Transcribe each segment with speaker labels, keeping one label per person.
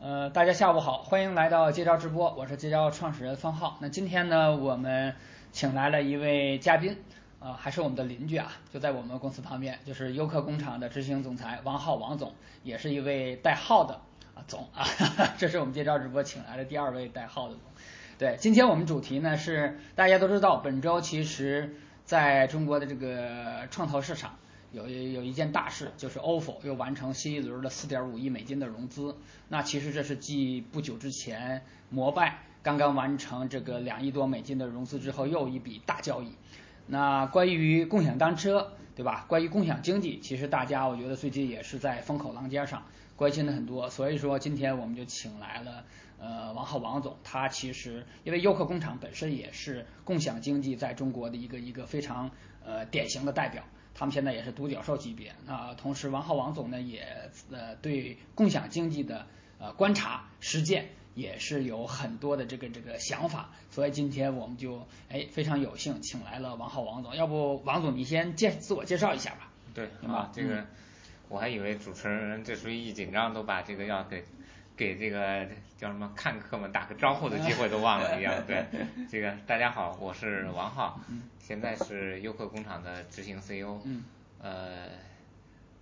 Speaker 1: 呃，大家下午好，欢迎来到街招直播，我是街招创始人方浩。那今天呢，我们请来了一位嘉宾，呃，还是我们的邻居啊，就在我们公司旁边，就是优客工厂的执行总裁王浩王总，也是一位带号的啊总啊， 这是我们街招直播请来的第二位带号的总。对，今天我们主题呢是大家都知道，本周其实在中国的这个创投市场有一有一件大事，就是 OFO 又完成新一轮的4.5亿美金的融资。那其实这是继不久之前摩拜刚刚完成这个两亿多美金的融资之后又一笔大交易。那关于共享单车，对吧？关于共享经济，其实大家我觉得最近也是在风口浪尖上关心的很多，所以说今天我们就请来了呃王浩王总，他其实因为优客工厂本身也是共享经济在中国的一个一个非常呃典型的代表。他们现在也是独角兽级别。那同时，王浩王总呢也呃对共享经济的呃观察实践也是有很多的这个这个想法。所以今天我们就哎非常有幸请来了王浩王总。要不王总你先介自我介绍一下吧？
Speaker 2: 对
Speaker 1: 行吧
Speaker 2: 啊，这个
Speaker 1: 嗯
Speaker 2: 我还以为主持人这时候一紧张都把这个要给给这个叫什么看客们打个招呼的机会都忘了一样。对，这个大家好，我是王浩，现在是优客工厂的执行 E CEO。
Speaker 1: 嗯
Speaker 2: 呃，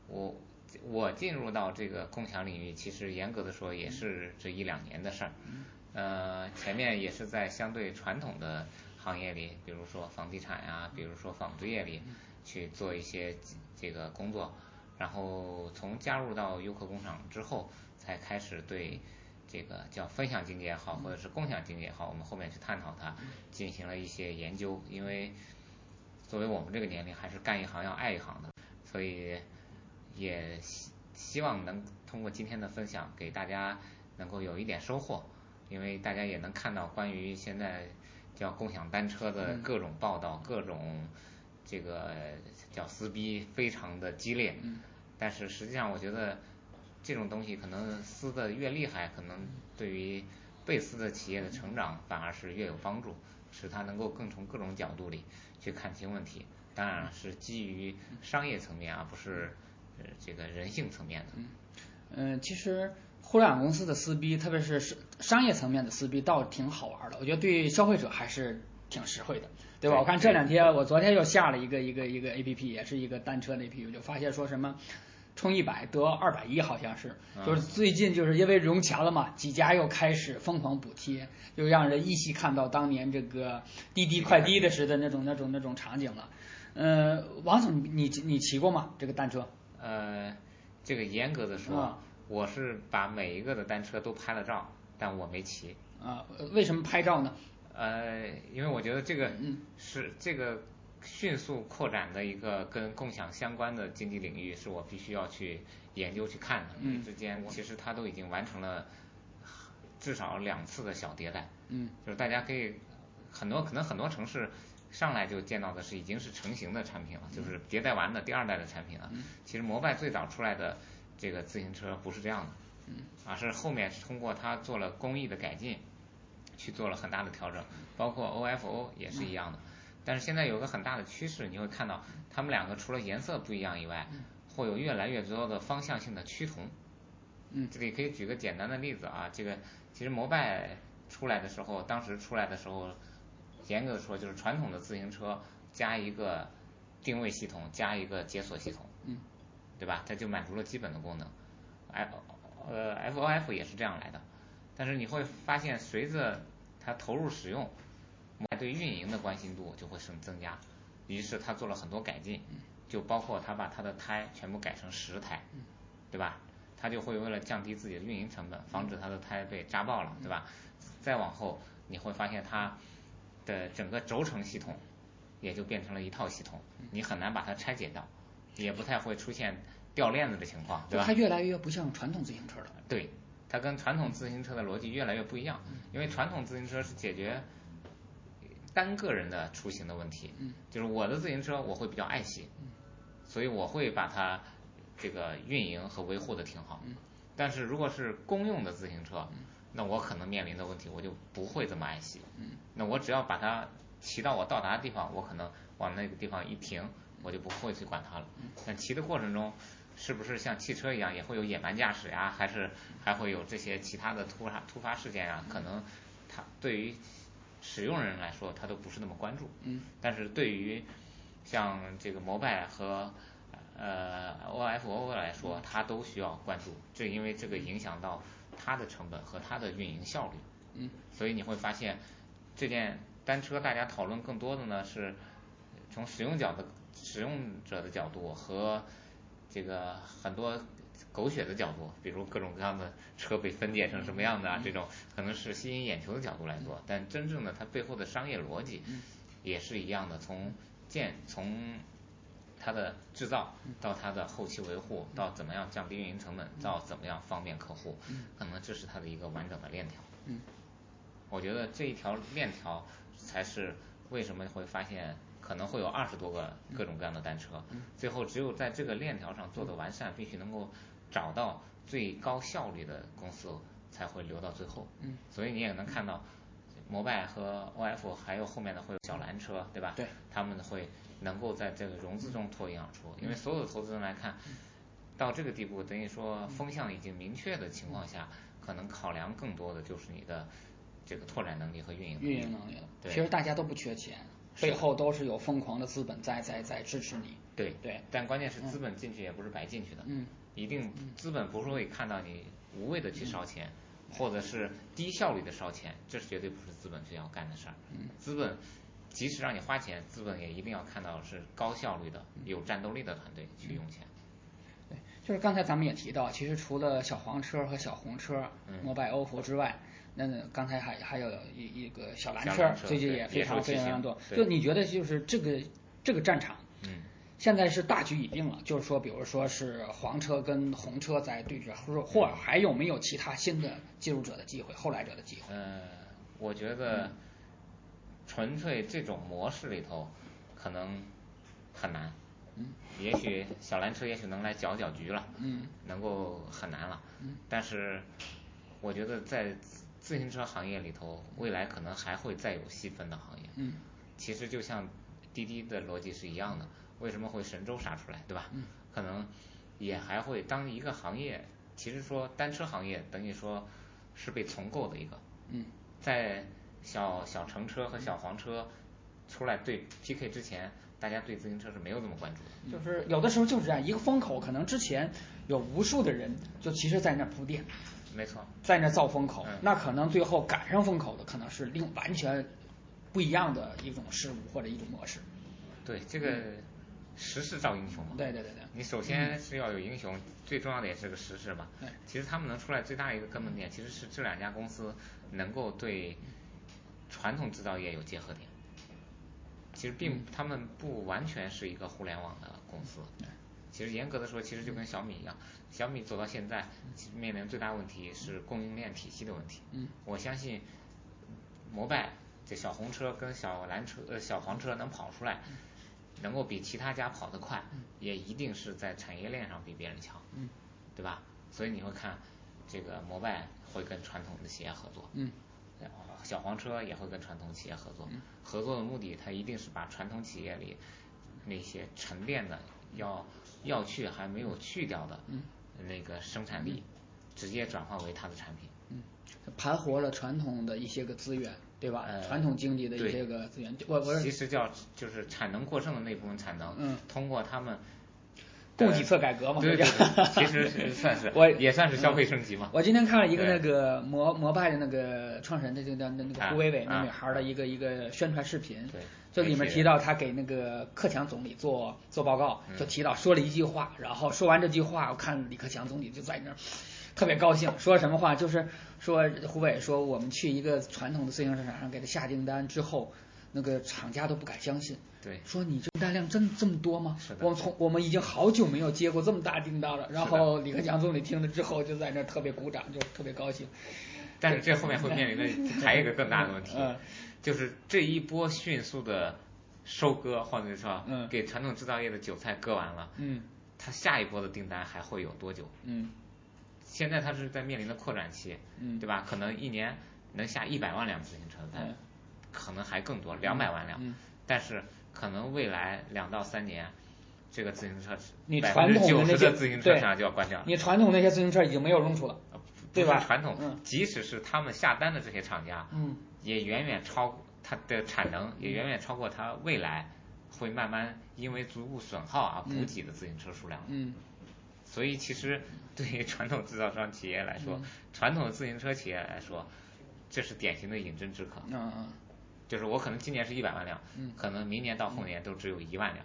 Speaker 2: 我我进入到这个共享领域，其实严格的说也是这一两年的事儿。呃，前面也是在相对传统的行业里，比如说房地产啊，比如说纺织业里去做一些这个工作，然后从加入到优客工厂之后，才开始对这个叫分享经济也好，或者是共享经济也好，我们后面去探讨它，进行了一些研究，因为。作为我们这个年龄，还是干一行要爱一行的，所以也希希望能通过今天的分享，给大家能够有一点收获，因为大家也能看到关于现在叫共享单车的各种报道，各种这个叫撕逼非常的激
Speaker 1: 嗯
Speaker 2: 烈，但是实际上我觉得这种东西可能撕的越厉害，可能对于被撕的企业的成长反而是越有帮助，使它能够更从各种角度里去看清问题。当然了是基于商业层面，而不是呃这个人性层面的。
Speaker 1: 嗯，其实互联网公司的撕逼，特别是商商业层面的撕逼，倒挺好玩的。我觉得对消费者还是挺实惠的，对吧？
Speaker 2: 对
Speaker 1: 我看这两天，我昨天又下了一个一个一个 A P P，也是一个单车的 A P P，我就发现说什么。充一百得二百一，好像是，
Speaker 2: 嗯
Speaker 1: 就是最近就是因为融钱了嘛，几家又开始疯狂补贴，又让人依稀看到当年这个滴滴快滴的时的那种那种那种场景了。呃，王总，你你你骑过吗？这个单车？
Speaker 2: 呃，这个严格的说，
Speaker 1: 啊
Speaker 2: 我是把每一个的单车都拍了照，但我没骑。
Speaker 1: 啊、呃为什么拍照呢？
Speaker 2: 呃，因为我觉得这个
Speaker 1: 嗯
Speaker 2: 是这个迅速扩展的一个跟共享相关的经济领域，是我必须要去研究去看的。
Speaker 1: 嗯
Speaker 2: 之间其实它都已经完成了至少两次的小迭代，
Speaker 1: 嗯
Speaker 2: 就是大家可以很多可能很多城市。上来就见到的是已经是成型的产品了，啊就是迭代完的第二代的产品了。啊其实摩拜最早出来的这个自行车不是这样的，而是后面通过它做了工艺的改进，去做了很大的调整，包括 OFO 也是一样的。但是现在有个很大的趋势，你会看到它们两个除了颜色不一样以外，会有越来越多的方向性的趋同。
Speaker 1: 嗯
Speaker 2: 这里可以举个简单的例子啊，这个其实摩拜出来的时候，当时出来的时候，严格的说就是传统的自行车加一个定位系统加一个解锁系统，
Speaker 1: 嗯，
Speaker 2: 对吧？它就满足了基本的功能。F 呃 FOF 也是这样来的，但是你会发现随着它投入使用，摩拜对运营的关心度就会增增加，于是它做了很多改进，
Speaker 1: 嗯
Speaker 2: 就包括它把它的胎全部改成实胎，
Speaker 1: 嗯
Speaker 2: 对吧？它就会为了降低自己的运营成本，防
Speaker 1: 嗯
Speaker 2: 止它的胎被扎爆了，对吧？再往后你会发现它的整个轴承系统也就变成了一套系统，
Speaker 1: 嗯
Speaker 2: 你很难把它拆解掉，也不太会出现掉链子的情况，
Speaker 1: 就
Speaker 2: 对吧
Speaker 1: 它？越来越不像传统自行车了。
Speaker 2: 对，它跟传统自行车的逻辑越来越不一样，因为传统自行车是解决单个人的出行的问题，就是我的自行车我会比较爱惜，所以我会把它这个运营和维护的挺好。但是如果是公用的自行车，那我可能面临的问题我就不会这么爱惜，那我只要把它骑到我到达的地方，我可能往那个地方一停，我就不会去管它了。但骑的过程中，是不是像汽车一样也会有野蛮驾驶呀、还是还会有这些其他的突发突发事件啊？可能它对于使用人来说，他都不是那么关注。
Speaker 1: 嗯，
Speaker 2: 但是对于像这个摩拜和呃 OFO 来说，它都需要关注，这因为这个影响到它的成本和它的运营效率。
Speaker 1: 嗯，
Speaker 2: 所以你会发现这件单车大家讨论更多的呢是从使用角的使用者的角度和这个很多狗血的角度，比如各种各样的车被分解成什么样的啊，这种可能是吸引眼球的角度来做，但真正的它背后的商业逻辑也是一样的，从建从它的制造到它的后期维护，到怎么样降低运营成本，到怎么样方便客户，可能这是它的一个完整的链条。
Speaker 1: 嗯，
Speaker 2: 我觉得这一条链条才是为什么会发现可能会有二十多个
Speaker 1: 嗯
Speaker 2: 各种各样的单车，最后只有在这个链条上做的完善，必须能够找到最高效率的公司才会留到最后。
Speaker 1: 嗯，
Speaker 2: 所以你也能看到。摩拜和 OF 还有后面的会有小蓝车，对吧？
Speaker 1: 嗯对，
Speaker 2: 他们会能够在这个融资中脱颖而
Speaker 1: 嗯
Speaker 2: 出，因为所有的投资人来看，到这个地步，等于说风向已经明确的情况下，可能考量更多的就是你的这个拓展能力和运营能
Speaker 1: 运
Speaker 2: 力。
Speaker 1: 营能力了。
Speaker 2: 对
Speaker 1: 其实大家都不缺钱，
Speaker 2: 是
Speaker 1: 背后都是有疯狂的资本在在在支持你。
Speaker 2: 对
Speaker 1: 对，
Speaker 2: 但关键是资本进去也不是白进去的，
Speaker 1: 嗯，
Speaker 2: 一定资本不是会看到你无谓的去烧钱，
Speaker 1: 嗯
Speaker 2: 或者是低效率的烧钱，这是绝对不是资本最要干的事儿。
Speaker 1: 嗯
Speaker 2: 资本即使让你花钱，资本也一定要看到是高效率的、
Speaker 1: 嗯
Speaker 2: 有战斗力的团队去用钱。
Speaker 1: 对，就是刚才咱们也提到，其实除了小黄车和小红车、
Speaker 2: 嗯
Speaker 1: 摩拜、欧服之外，那刚才还还有一一个小蓝
Speaker 2: 小
Speaker 1: 车
Speaker 2: 蓝，车
Speaker 1: 最近
Speaker 2: 对
Speaker 1: 也非常
Speaker 2: 也受
Speaker 1: 非
Speaker 2: 其
Speaker 1: 常
Speaker 2: 形
Speaker 1: 多。
Speaker 2: 对
Speaker 1: 就你觉得就是这个这个战场，
Speaker 2: 嗯，
Speaker 1: 现在是大局已定了，就是说，比如说是黄车跟红车在对决，或者或者还有没有其他新的进入者的机会，后来者的机会？
Speaker 2: 呃，我觉得纯粹这种模式里头可能很难。
Speaker 1: 嗯，
Speaker 2: 也许小蓝车也许能来搅搅局了，
Speaker 1: 嗯，
Speaker 2: 能够很难了。
Speaker 1: 嗯，
Speaker 2: 但是我觉得在自自行车行业里头，未来可能还会再有细分的行业。
Speaker 1: 嗯，
Speaker 2: 其实就像滴滴的逻辑是一样的，为什么会神州杀出来，对吧？
Speaker 1: 嗯，
Speaker 2: 可能也还会当一个行业，其实说单车行业等于说是被重构的一个，
Speaker 1: 嗯，
Speaker 2: 在小小乘车和小黄车出来对 PK 之前，大家对自行车是没有这么关注的。
Speaker 1: 就是有的时候就是这样，一个风口可能之前有无数的人就其实在那铺垫，
Speaker 2: 没错，
Speaker 1: 在那造风口，
Speaker 2: 嗯
Speaker 1: 那可能最后赶上风口的可能是另完全不一样的一种事物或者一种模式。
Speaker 2: 对这个时势造英雄嘛。
Speaker 1: 嗯对对对对，
Speaker 2: 你首先是要有英雄，最重要的也是个实事嘛
Speaker 1: 对。
Speaker 2: 其实他们能出来最大的一个根本点，其实是这两家公司能够对传统制造业有结合点。其实并
Speaker 1: 嗯
Speaker 2: 他们不完全是一个互联网的公司，其实严格的说，其实就跟小米一样，小米走到现在，其实面临最大问题是供应链体系的问题。
Speaker 1: 嗯，
Speaker 2: 我相信摩拜这小红车跟小蓝车、呃小黄车能跑出来，
Speaker 1: 嗯
Speaker 2: 能够比其他家跑得快，也一定是在产业链上比别人强，
Speaker 1: 嗯，
Speaker 2: 对吧？所以你会看这个摩拜会跟传统的企业合作，
Speaker 1: 嗯
Speaker 2: 然后小黄车也会跟传统企业合作，合作的目的它一定是把传统企业里那些沉淀的要要去还没有去掉的
Speaker 1: 嗯
Speaker 2: 那个生产力，直接转化为它的产品。
Speaker 1: 嗯，盘活了传统的一些个资源，对吧？
Speaker 2: 呃
Speaker 1: 传统经济的一
Speaker 2: 对
Speaker 1: 些个资源，我我
Speaker 2: 其
Speaker 1: 是
Speaker 2: 实叫就是产能过剩的那部分产能，
Speaker 1: 嗯
Speaker 2: 通过他们
Speaker 1: 供给侧改革嘛，
Speaker 2: 对
Speaker 1: 这
Speaker 2: 对
Speaker 1: 叫
Speaker 2: 对， 其实是算是
Speaker 1: 我嗯
Speaker 2: 也算是消费升级嘛。
Speaker 1: 我今天看了一个
Speaker 2: 对
Speaker 1: 那个摩摩拜的那个创始人，那就叫那那个
Speaker 2: 啊
Speaker 1: 胡伟伟
Speaker 2: 啊
Speaker 1: 那女孩儿的一个一个宣传视频
Speaker 2: 对，
Speaker 1: 就里面
Speaker 2: 媒体
Speaker 1: 提到她给那个克强总理做做报告，
Speaker 2: 嗯
Speaker 1: 就提到说了一句话，然后说完这句话，我看李克强总理就在那儿特别高兴，说什么话就是说胡伟说我们去一个传统的自行车厂商给他下订单之后。那个厂家都不敢相信，
Speaker 2: 对
Speaker 1: 说你这订单量真这么多吗？
Speaker 2: 是的
Speaker 1: 我们从我们已经好久没有接过这么大订单了。然
Speaker 2: 是的
Speaker 1: 后李克强总理听了之后，就在那儿特别鼓掌，就特别高兴。
Speaker 2: 但是这后面会面 临的还有一个更大的问题，
Speaker 1: 嗯
Speaker 2: 就是这一波迅速的收割，或者说
Speaker 1: 嗯
Speaker 2: 给传统制造业的韭菜割完了，
Speaker 1: 嗯
Speaker 2: 它下一波的订单还会有多久？
Speaker 1: 嗯
Speaker 2: 现在它是在面临的扩展期，
Speaker 1: 嗯
Speaker 2: 对吧？可能一年能下一百万辆自行车，但
Speaker 1: 嗯
Speaker 2: 可能还更多，两百万辆。
Speaker 1: 嗯
Speaker 2: 但是可能未来两到三年，这个自行车，
Speaker 1: 你
Speaker 2: 百
Speaker 1: 传
Speaker 2: 分之
Speaker 1: 统的那
Speaker 2: 九十
Speaker 1: 些
Speaker 2: 的自行车
Speaker 1: 对
Speaker 2: 厂就要关掉了。
Speaker 1: 你传统那些自行车已经没有用处了，
Speaker 2: 呃不
Speaker 1: 对
Speaker 2: 不
Speaker 1: 吧
Speaker 2: 是传统
Speaker 1: 嗯，
Speaker 2: 即使是他们下单的这些厂家，
Speaker 1: 嗯，
Speaker 2: 也远远超它的产能，也远远超过它未来会慢慢因为足够损耗啊补
Speaker 1: 嗯
Speaker 2: 给的自行车数量。
Speaker 1: 嗯，
Speaker 2: 所以其实对于传统制造商企业来
Speaker 1: 嗯
Speaker 2: 说，传统自行车企业来说，这是典型的饮鸩止渴。
Speaker 1: 嗯嗯，
Speaker 2: 就是我可能今年是一百万辆
Speaker 1: 嗯，
Speaker 2: 可能明年到后年都只有一万辆。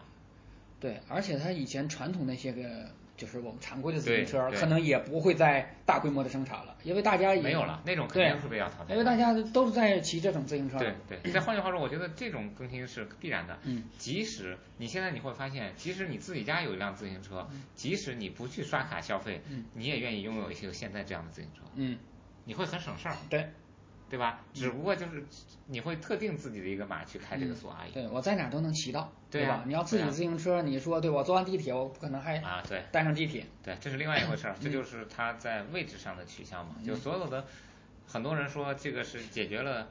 Speaker 1: 对，而且它以前传统那些个就是我们常规的自行
Speaker 2: 对
Speaker 1: 车，
Speaker 2: 对
Speaker 1: 可能也不会再大规模的生产了，因为大家也
Speaker 2: 没有了，那种肯
Speaker 1: 对
Speaker 2: 定会被要淘汰
Speaker 1: 因为
Speaker 2: 的。
Speaker 1: 大家都是在骑这种自行车
Speaker 2: 对
Speaker 1: 了，
Speaker 2: 对，再换句话说，我觉得这种更新是必然的。
Speaker 1: 嗯，
Speaker 2: 即使你现在你会发现，即使你自己家有一辆自行车，即使你不去刷卡消费
Speaker 1: 嗯，
Speaker 2: 你也愿意拥有一些现在这样的自行车，
Speaker 1: 嗯，
Speaker 2: 你会很省事儿，
Speaker 1: 对
Speaker 2: 对吧？
Speaker 1: 嗯
Speaker 2: 只不过就是你会特定自己的一个码去开这个锁而已。
Speaker 1: 嗯对，我在哪儿都能骑到，
Speaker 2: 对啊
Speaker 1: 吧？你要自己
Speaker 2: 对啊
Speaker 1: 自行车，你说对我坐上地铁，我不可能还
Speaker 2: 啊，对
Speaker 1: 带上地铁，
Speaker 2: 对，这是另外一回事儿，
Speaker 1: 嗯
Speaker 2: 这就是它在位置上的取向嘛。就所有的，很多人说这个是解决了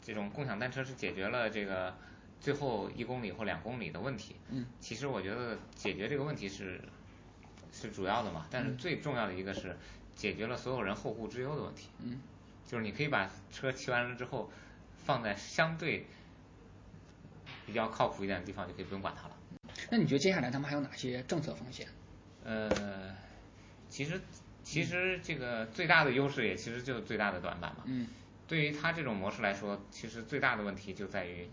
Speaker 2: 这种共享单车是解决了这个最后一公里或两公里的问题。
Speaker 1: 嗯，
Speaker 2: 其实我觉得解决这个问题是是主要的嘛，但是最重要的一个是解决了所有人后顾之忧的问题。
Speaker 1: 嗯，
Speaker 2: 就是你可以把车骑完了之后，放在相对比较靠谱一点的地方，就可以不用管它了。
Speaker 1: 那你觉得接下来他们还有哪些政策风险？
Speaker 2: 呃，其实其实这个最大的优势也其实就是最大的短板嘛。
Speaker 1: 嗯
Speaker 2: 对于它这种模式来说，其实最大的问题就在于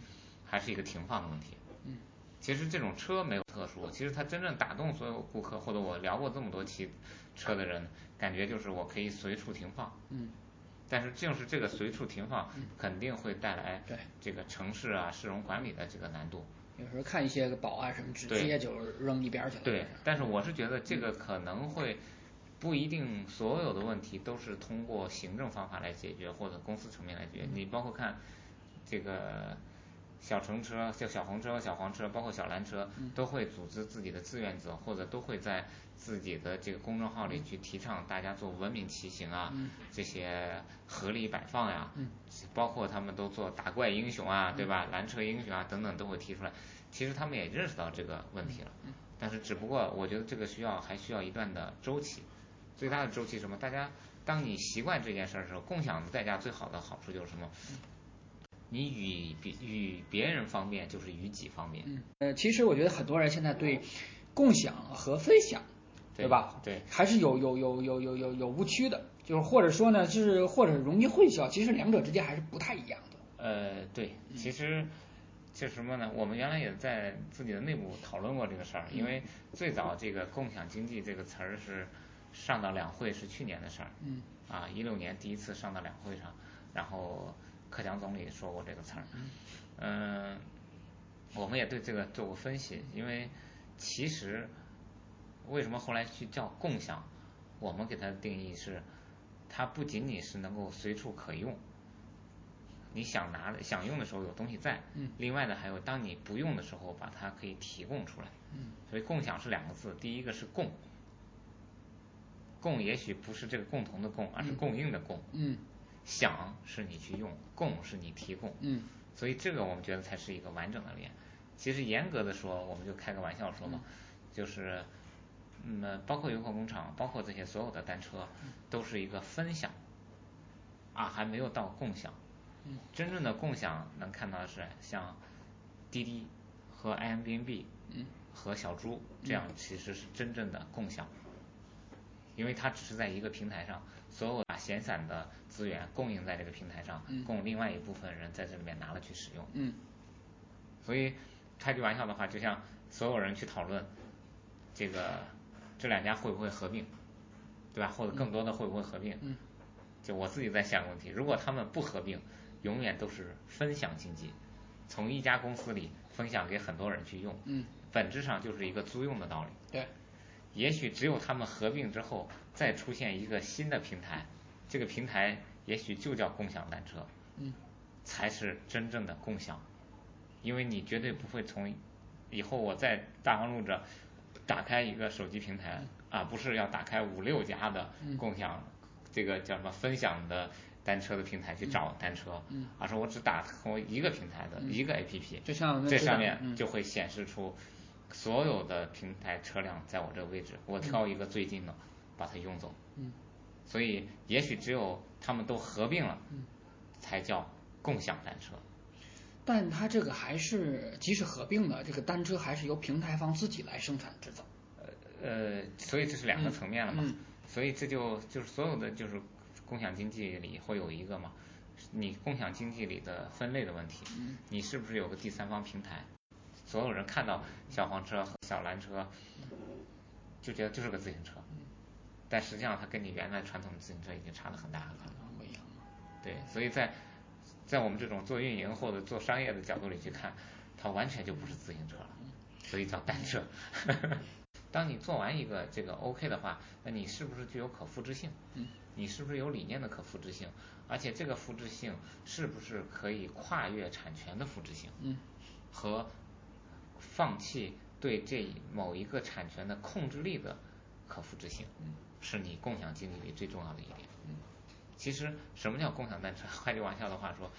Speaker 2: 还是一个停放的问题。
Speaker 1: 嗯，
Speaker 2: 其实这种车没有特殊，其实它真正打动所有顾客或者我聊过这么多期车的人，感觉就是我可以随处停放。
Speaker 1: 嗯，
Speaker 2: 但是正是这个随处停放，肯定会带来
Speaker 1: 对
Speaker 2: 这个城市啊市容管理的这个难度。
Speaker 1: 有时候看一些个保安什么，直
Speaker 2: 对
Speaker 1: 接就扔一边儿去了。
Speaker 2: 对，但是我是觉得这个可能会不一定所有的问题都是通过行政方法来解决，或者公司层面来解决。你包括看这个小乘车、就小红车、小黄车，包括小蓝车，
Speaker 1: 嗯
Speaker 2: 都会组织自己的志愿者，或者都会在自己的这个公众号
Speaker 1: 嗯
Speaker 2: 里去提倡大家做文明骑行啊，这些合理摆放呀、包括他们都做打怪英雄啊，对吧？蓝车英雄啊等等都会提出来。其实他们也认识到这个问题了，但是只不过我觉得这个需要还需要一段的周期。最大的周期是什么？大家当你习惯这件事儿的时候，共享的代价最好的好处就是什么？你与别与别人方便，就是与己方便，
Speaker 1: 嗯，呃，其实我觉得很多人现在对共享和分享，
Speaker 2: 对
Speaker 1: 吧？
Speaker 2: 对，
Speaker 1: 还是有有有有有有有误区的，就是或者说呢，就是或者容易混淆，其实两者之间还是不太一样的。
Speaker 2: 呃，对，其实就是什么呢？我们原来也在自己的内部讨论过这个事儿，因为最早这个“共享经济”这个词儿是上到两会是去年的事儿，
Speaker 1: 嗯，
Speaker 2: 啊，一六年第一次上到两会上，然后克强总理说过这个词儿，嗯、我们也对这个做过分析，因为其实为什么后来去叫共享，我们给它的定义是，它不仅仅是能够随处可用，你想拿的想用的时候有东西在，
Speaker 1: 嗯
Speaker 2: 另外呢还有当你不用的时候，把它可以提供出来，
Speaker 1: 嗯，
Speaker 2: 所以共享是两个字，第一个是供，供也许不是这个共同的供，而是
Speaker 1: 嗯
Speaker 2: 供应的供，
Speaker 1: 嗯
Speaker 2: 享是你去用，供是你提供，
Speaker 1: 嗯
Speaker 2: 所以这个我们觉得才是一个完整的链。其实严格的说，我们就开个玩笑说嘛，就是，嗯，包括游客工厂，包括这些所有的单车，
Speaker 1: 嗯
Speaker 2: 都是一个分享，啊，还没有到共享。
Speaker 1: 嗯
Speaker 2: 真正的共享能看到的是像滴滴和 Airbnb
Speaker 1: 嗯
Speaker 2: 和小猪这样，其实是真正的共享。因为它只是在一个平台上，所有把闲散的资源供应在这个平台上，
Speaker 1: 嗯
Speaker 2: 供另外一部分人在这里面拿了去使用。
Speaker 1: 嗯
Speaker 2: 所以开句玩笑的话，就像所有人去讨论这个这两家会不会合并，对吧？或者更多的会不会合并？
Speaker 1: 嗯
Speaker 2: 就我自己在想个问题，如果他们不合并，永远都是分享经济，从一家公司里分享给很多人去用，
Speaker 1: 嗯，
Speaker 2: 本质上就是一个租用的道理。
Speaker 1: 对，
Speaker 2: 也许只有他们合并之后，再出现一个新的平台，这个平台也许就叫共享单车，
Speaker 1: 嗯，
Speaker 2: 才是真正的共享，因为你绝对不会从以后我在大望路这打开一个手机平台啊，不是要打开五六家的
Speaker 1: 嗯
Speaker 2: 共享、这个叫什么分享的单车的平台去找单车，啊
Speaker 1: 嗯
Speaker 2: 而是我只打通一个平台的、一个 APP，
Speaker 1: 就像我们
Speaker 2: 这
Speaker 1: 哦知道
Speaker 2: 上面
Speaker 1: 嗯
Speaker 2: 就会显示出所有的平台车辆在我这个位置，我挑一个最近的，把它用走。
Speaker 1: 嗯
Speaker 2: 所以也许只有他们都合并了，
Speaker 1: 嗯，
Speaker 2: 才叫共享单车。
Speaker 1: 但它这个还是即使合并了，这个单车还是由平台方自己来生产制造。
Speaker 2: 呃，所以这是两个层面了嘛。
Speaker 1: 嗯
Speaker 2: 所以这就就是所有的就是共享经济里会有一个嘛，你共享经济里的分类的问题，
Speaker 1: 嗯
Speaker 2: 你是不是有个第三方平台？所有人看到小黄车和小蓝车，就觉得就是个自行车，
Speaker 1: 嗯
Speaker 2: 但实际上它跟你原来传统的自行车已经差得很大很大了。
Speaker 1: 不一样。
Speaker 2: 对，所以在在我们这种做运营或者做商业的角度里去看，它完全就不是自行车了，所以叫单车。 当你做完一个这个 OK 的话，那你是不是具有可复制性？
Speaker 1: 嗯，
Speaker 2: 你是不是有理念的可复制性？而且这个复制性是不是可以跨越产权的复制性
Speaker 1: 嗯
Speaker 2: 和放弃对这某一个产权的控制力的可复制性？
Speaker 1: 嗯
Speaker 2: 是你共享经济里最重要的一点。
Speaker 1: 嗯
Speaker 2: 其实什么叫共享单车？ 换句玩笑的话说，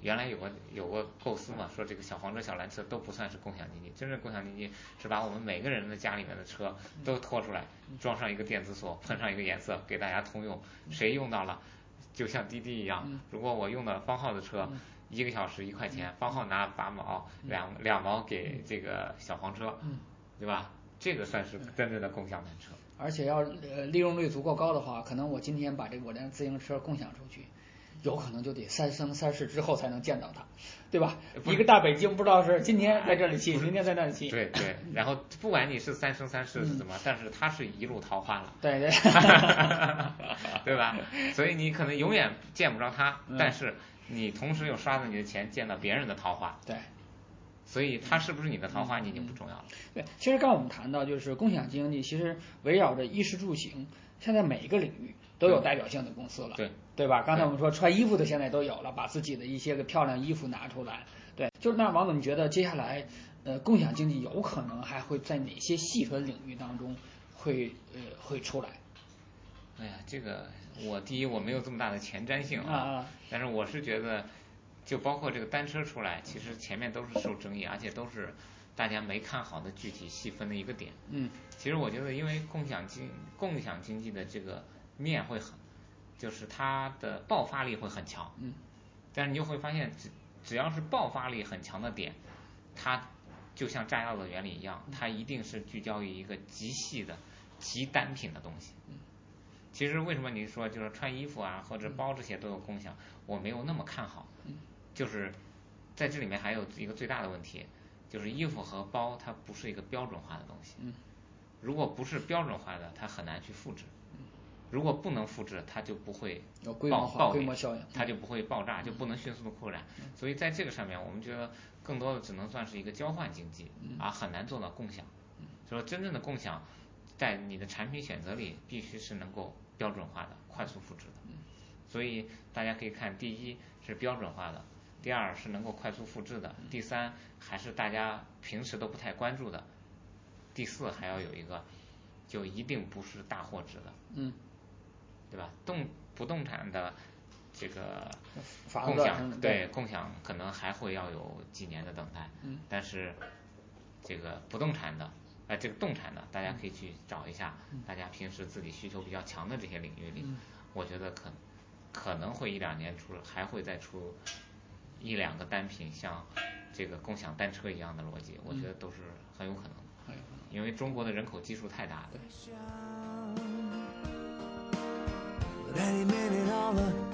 Speaker 2: 原来有个有过构思嘛，说这个小黄车、小蓝车都不算是共享经济，真正共享经济是把我们每个人的家里面的车
Speaker 1: 嗯
Speaker 2: 都拖出来，装上一个电子锁，喷上一个颜色，给大家通用，谁用到了，就像滴滴一样
Speaker 1: 嗯，
Speaker 2: 如果我用的方浩的车。一个小时一块钱，方浩拿八毛，两两毛给这个小黄车，
Speaker 1: 嗯，
Speaker 2: 对吧？这个算是真正的共享单车。
Speaker 1: 而且要呃利用率足够高的话，可能我今天把这个我辆自行车共享出去，有可能就得三生三世之后才能见到它，对吧？一
Speaker 2: 不是
Speaker 1: 个大北京不知道是今天在这里骑，明天在那里骑，
Speaker 2: 对对，然后不管你是三生三世是怎么，但是他是一路桃花 了，
Speaker 1: 对对，
Speaker 2: 对吧？所以你可能永远见不着他，
Speaker 1: 嗯
Speaker 2: 但是你同时又刷着你的钱见到别人的桃花，
Speaker 1: 对。
Speaker 2: 所以他是不是你的桃花，你已经不重要了。
Speaker 1: 对，其实刚才我们谈到，就是共享经济，其实围绕着衣食住行，现在每一个领域都有代表性的公司了，
Speaker 2: 对
Speaker 1: 对吧？刚才我们说穿衣服的现在都有了，把自己的一些个漂亮衣服拿出来，对，就是那王总，你觉得接下来，呃，共享经济有可能还会在哪些细分领域当中会呃会出来？
Speaker 2: 哎呀，这个我第一我没有这么大的前瞻性
Speaker 1: 啊啊，
Speaker 2: 但是我是觉得，就包括这个单车出来，其实前面都是受争议，而且都是大家没看好的具体细分的一个点。
Speaker 1: 嗯
Speaker 2: 其实我觉得，因为共享经共享经济的这个面会很，就是它的爆发力会很强，
Speaker 1: 嗯
Speaker 2: 但是你就会发现，只只要是爆发力很强的点，它就像炸药的原理一样，它一定是聚焦于一个极细的、极单品的东西。其实为什么你说就是穿衣服啊或者包这些都有共享，我没有那么看好
Speaker 1: 嗯，
Speaker 2: 就是在这里面还有一个最大的问题，就是衣服和包它不是一个标准化的东西。
Speaker 1: 嗯
Speaker 2: 如果不是标准化的，它很难去复制。如果不能复制，它就不会
Speaker 1: 有规模
Speaker 2: 爆
Speaker 1: 化
Speaker 2: 爆
Speaker 1: 规
Speaker 2: 裂
Speaker 1: 模效应嗯
Speaker 2: 它就不会爆炸，就不能迅速的扩展。所以在这个上面，我们觉得更多的只能算是一个交换经济，
Speaker 1: 嗯
Speaker 2: 啊，很难做到共享。所以说真正的共享，在你的产品选择里必须是能够标准化的、快速复制
Speaker 1: 嗯
Speaker 2: 的。所以大家可以看，第一是标准化的，第二是能够快速复制的，
Speaker 1: 嗯
Speaker 2: 第三还是大家平时都不太关注的，第四还要有一个，就一定不是大货值的，
Speaker 1: 嗯，
Speaker 2: 对吧？动不动产的这个
Speaker 1: 房
Speaker 2: 共
Speaker 1: 子啊什么
Speaker 2: 享
Speaker 1: 的
Speaker 2: 对共享可能还会要有几年的等待，
Speaker 1: 嗯
Speaker 2: 但是这个不动产的，呃，这个动产的，
Speaker 1: 嗯
Speaker 2: 大家可以去找一下，大家平时自己需求比较强的这些领域里，
Speaker 1: 嗯
Speaker 2: 我觉得可可能会一两年出，还会再出一两个单品，像这个共享单车一样的逻辑，
Speaker 1: 嗯
Speaker 2: 我觉得都是很有可能的，
Speaker 1: 哎呦
Speaker 2: 因为中国的人口基数太大了。
Speaker 3: But any minute all the